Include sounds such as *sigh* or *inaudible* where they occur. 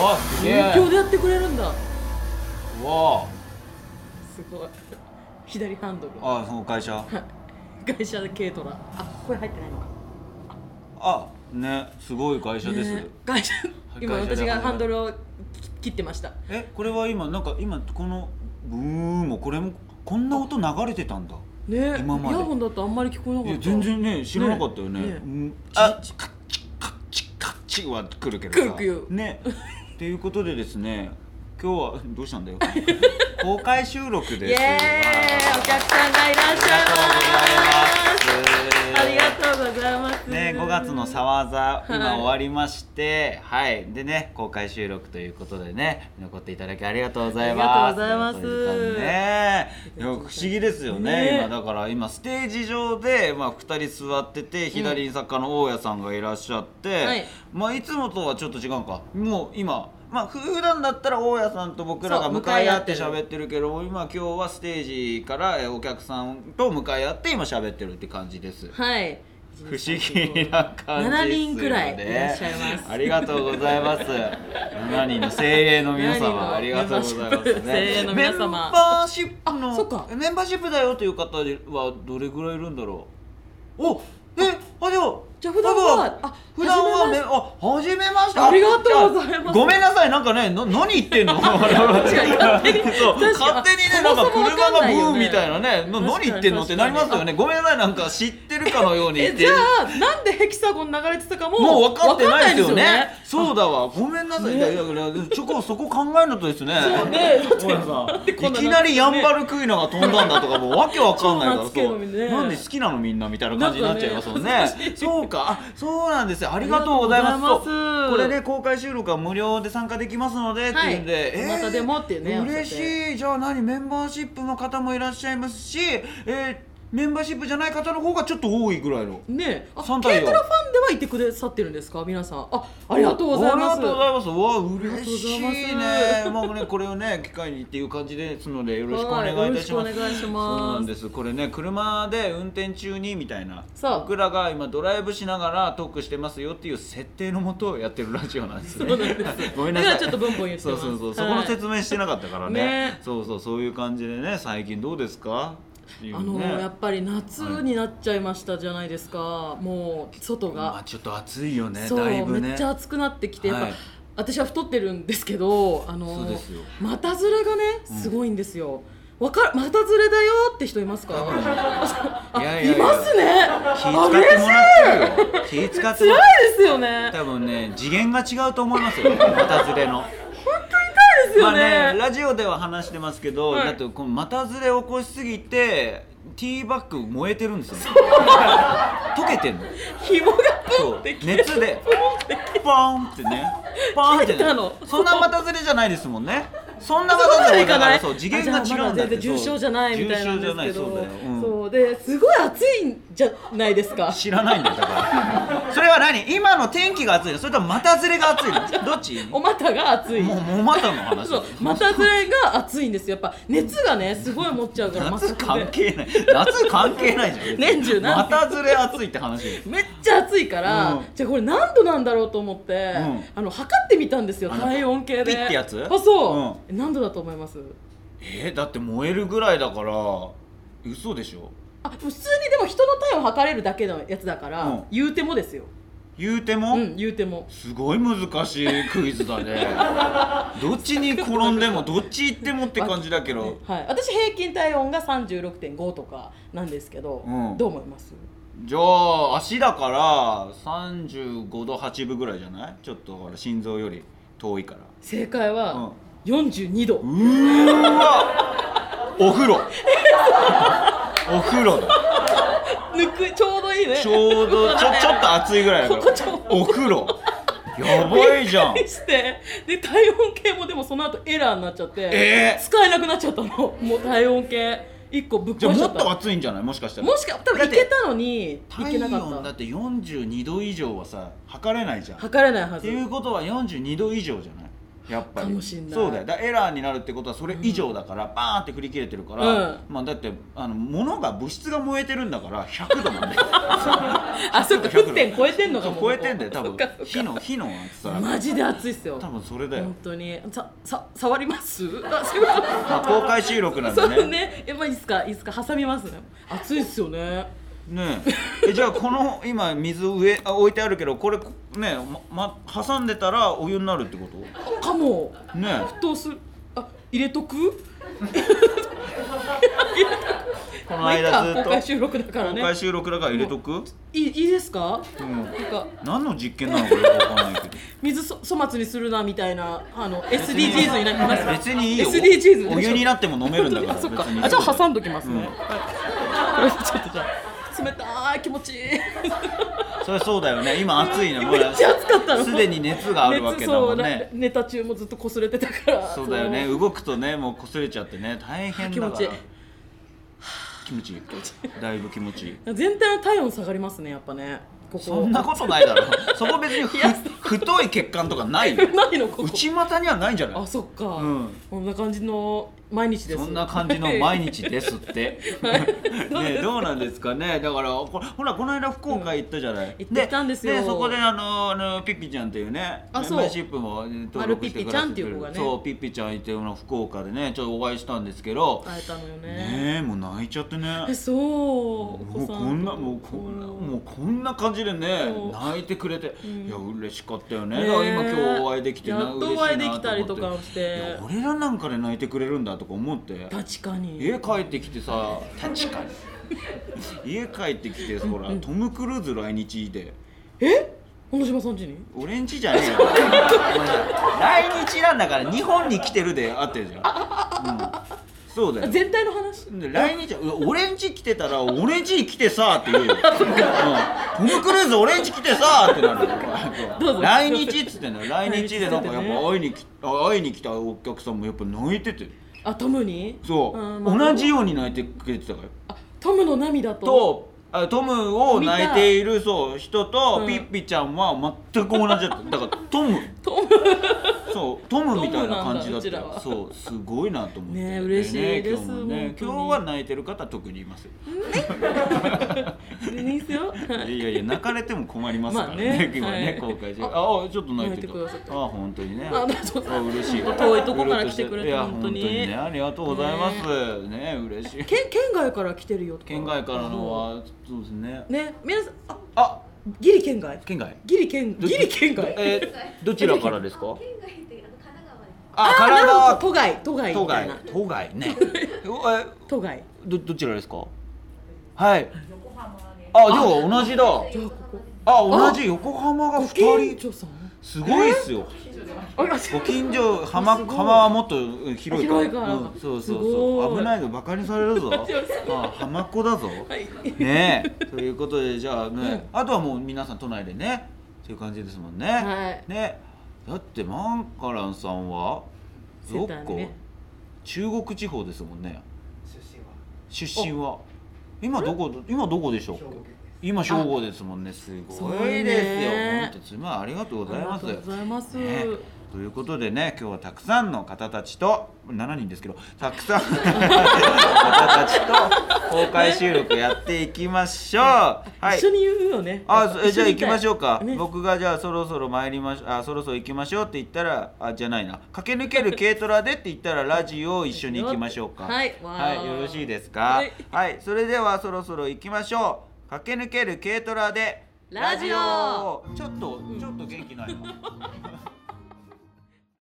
わあすげえ勉強でやってくれるんだわすごい左ハンドルああその会社会社で軽トラあこれ入ってないのかあねすごい会社です、ね会社はい今会社で私がハンドルを切切ってましたえこれは今なんか今このブーンもこれもこんな音流れてたんだねイヤ今までホンだとあんまり聞こえなかいっやた全然ね知らなかったよねねねうん、あカッチカッチカッチは来るけどさ来る来る *laughs* ねっていうことでですね今日は *laughs* どうしたんだ *laughs* よ公開収録ですイエーイお客さんがいらっしゃいますありとうがとうございますね、5月のさ沢座い今終わりましてはい、でね公開収録ということでね残っていただきありがとうございますありがとうございますこういう時間ねいや不思議ですよねね今だから今ステージ上で、まあ、2人座ってて左に作家の大家さんがいらっしゃって、はいまあ、いつもとはちょっと違うかもう今まあ普段だったら大家さんと僕らがそう向かい合って向かい合喋ってるってるけど今今日はステージからえお客さんと向かい合って今喋ってるって感じですはい不思議な感じですよね。 7人くらいいらっしゃいますありがとうございます。7人の精鋭の皆様ありがとうございますね。精鋭の皆様メンバーシップあそっかのメンバーシップだよという方はどれぐらいいるんだろう。お、え、あでも。じゃあ普段はあでもあ普段は初めめあ初めまして。ありがとうございますごめんなさいなんかねな何言ってんの。 *laughs* 勝かに勝手に確かに勝手にねなんそかもそもわ車かんがないよねブーンみたいなねな何言ってんのってなりますよね。ごめんなさいなんか知ってるかのように言 *laughs* えっじてゃ。あなんでヘキサゴン流れてたかももう分かってないですよねわかんないですそうだわごめんなさい、いやいやいやチョコそこ考えるとですねそ *laughs* うねだって大家さんてこんいなのきなりヤンバルクイナが飛んだんだとかもうわけわかんないから超懐けのにねなんで好きなのみんなみたいな感じになっちゃいますもんねなんかねそうかあそうなんですよありがとうございますありがとうございますそうこれね公開収録は無料で参加できますので、っていうんで、はいまたでもっていうね嬉しいえーじゃあ何メンバーシップの方もいらっしゃいますし、えーメンバーシップじゃない方の方がちょっと多いぐらいの。ねえあ三軽ト対ラ四ファンではいてくださってるんですか皆さんあありがとうございまあすりがとうございます。わあがとうございます嬉しいね。まあねこれをね機会にっていう感じですのでよろしくお願いいたします。はいよろしくお願いしますそうなんです。これね車で運転中にみたいな。そう僕らが今ドライブしながらトークしてますよっていう設定のもとやってるラジオなんですね。そうなんです *laughs* ごめんなさい。だからちょっとブンブン言ってますそうそうそう。そはいこの説明してなかったからね。ねそうそうそういう感じでね最近どうですか。っていうねあのーやっぱり夏になっちゃいましたじゃないですか、もう外まあが、ちょっと暑いよね。そう、だいぶね。めっちゃ暑くなってきてやっぱ、はい私は太ってるんですけど、あそのうーですよ股ずれがねすごいんですよ、わか股ずれだよって人いますかあいやいやいやますね気使ってもらってるよ。気使っても辛らいですよね多分ね次元が違うと思いますよね股ずれの。辛いですよね,、まあねラジオでは話してますけど、はいだってこの股ずれを起こしすぎてティーバッグ燃えてるんですよ、ね、溶けてんの紐がそプンうってきて熱でパーンってねパーンって切れねたのそんな股ずれじゃないですもんねそんな股ずれかだかないらそう次元が違うんだあじゃあま全って然重症じゃないみたいなんですけど重症じゃないそうだよ、うんそうですごい暑いんじゃないですか知らないんだよだからそれは何今の天気が暑いのそれとも股ずれが暑いのどっちお股が暑いもうもうまたの話そう股ずれが暑いんですよやっぱ熱がねすごい持っちゃうから夏股ずれ関係ない夏関係ないじゃん別に年中なんて股ずれ暑いって話ですめっちゃ暑いから、うんじゃあこれ何度なんだろうと思って、うんあの測ってみたんですよあの体温計でピッてやつあそう、何度だと思いますえー、だって燃えるぐらいだから嘘でしょあ普通にでも人の体温測れるだけのやつだから、うん言うてもですよ言うても、うん言うてもすごい難しいクイズだ *laughs* ねどっちに転んでもどっち行ってもって感じだけどはい、私平均体温が36.5とかなんですけど、うんどう思いますじゃあ足だから35度8分ぐらいじゃないちょっとほら心臓より遠いから正解は42度、うーわお風 *laughs* 呂お風呂だ抜くちょうどいいね *laughs* ちょうどち *laughs* ょちょっと暑いぐらいだこかこちょらお風呂 *laughs* やばいじゃんびっくりしてで体温計もでもその後エラーになっちゃって、え使えなくなっちゃったのもう体温計1個ぶっじゃあ壊しちもゃっったと暑いんじゃないもしかしたらもしか多分いけたのにいけ体なか温だっって42度以上はさ測れないじゃんたっ測れないはてずいうことは42度以上じゃないやっぱりかもしんないそうだよだからエラーになるってことはそれ以上だから、バーンって振り切れてるから、うんまあだってあの物が物質が燃えてるんだから100度 *laughs* なんだよあそっか沸点超えてんのかも超えてんだよ多そっ分かそっか火の火の熱さマジで熱いっすよ多分それだよ本、当にささ触りますあすいませんまあ、公開収録なんそでねうね、え、まあ、いいっすか、いいっすか、挟みますね。熱いっすよね。ねええじゃあこの今水上あ置いてあるけどこれねえ、まま、挟んでたらお湯になるってことかも。ねえ沸騰する。あ、入れとく。このまあ、いいか間ずっ公と開収録だから公ね開。収録だから入れとく、いい、いいですか。うん、なんか、何の実験なのかよくわかんないけど水そ粗末にするなみたいな、あの、S. D. G. S. になります。別にいいよ SDGs お湯になっても飲めるんだからあ、そっか別に。あ、じゃ、あ挟んどきますうんね。はいちょっとじゃあ。冷たい気持ちいい。それそうだよね今暑いねめっちゃ暑かったのすでに熱があるわけだもん熱ねそう、寝た中もずっと擦れてたから。そうだよね動くとねもう擦れちゃってね大変だからあ気持ちいい気持ちいいだいぶ気持ちいい全体の体温下がりますねやっぱねここそんなことない *laughs* だろそこ別にふいや太い血管とかない *laughs* よないのここ内股にはないんじゃなあいそっか、うんこんな感じの毎日ですそんな感 *laughs* じの毎日でですって *laughs* どうですね、どうなんですかねだからこほらこの間福岡行ったじゃない、行ってきたんですよそこであのあのピッピちゃんっていうねあメンそうバーシップもえー登録してくださってあるピッピちゃんっていう子がねそうピッピちゃんいてあの福岡でねちょっとお会いしたんですけど会えたのよねねえもう泣いちゃってねえそうおも子うさことんなもうこんなもうこんな感じでねそう泣いてくれて、んいや嬉しかったよねねえだから今今日お会いできてなやっとお会いできたりとか嬉しいなと思っしていや俺らなんかで泣いてくれるんだとか思って確かに家帰ってきてさ確かに *laughs* 家帰ってきてほら、トム・クルーズ来日でえ小野島さん家に俺んちじゃねえよ来日なんだから日本に来てるであってるじゃん、うん、そうだあよ全体の話で来日うわ俺んち来てたら俺んちに来てさって言う *laughs* よ、うん、トム・クルーズ俺んち来てさってなるよ *laughs* どうぞ来日っつってんの来日でなんかやっ来日っつってぱ会いに来会いに来たお客さんもやっぱ泣いててあトムにそう、んまあ同じように泣いてくれてたからあトムの涙ととあトムを泣いているそう人と、うんピッピちゃんは全く同じだっただからトムトムそうトムみたいな感じだったトムなんだうちらはよそうすごいなと思ってねえ嬉しいで今す日もね本当に今日は泣いてる方特にいますよそれにいいっすよいやいや泣かれても困りますからまあねね今ねはい後悔してああちょっと泣いて泣いてくだるさっあ本当にねあどうぞあ嬉しい本当遠いとこから来てくれていや本当にねありがとうございますね嬉しい県県外から来てるよとか県外からのはそうですねね皆さんああギリ県外県外ギリ県ギリ県外えーどちらからですあか県外ってあああの神奈川です。神な奈るほど川都外都外都みた外いな都外 *laughs* ねえ都外どどちらですかはいあでも同じだあ同じ横浜がご二近人所さんすごいっすよあらすご近所浜すごい浜はもっとうん広いから広いからうん、そうそうすそごうい危ないのバカにされるぞ *laughs* まあ浜っ子だぞ、ねえということでじゃあね、あとはもう皆さん都内でねっていう感じですもんね、はいねだってマンカランさんはど世こ、帯ね中国地方ですもんね出身は出身は今どこ今どこでしょう今兵庫ですもんねすごいですよそうね本当つまありがとうございあまりすがとうございます、ねということでね今日はたくさんの方たちと7人ですけどたくさんの方たちと公開収録やっていきましょう。はい一緒に言うよねあそえじゃあ行きましょうか、ね僕がじゃあそろそろ参りましあそろそろ行きましょうって言ったらあじゃないな駆け抜ける軽トラでって言ったらラジオを一緒に行きましょうかはいわーはい、よろしいですかははいい、それではそろそろ行きましょう駆け抜ける軽トラでラジオちょっとちょっと元気ないな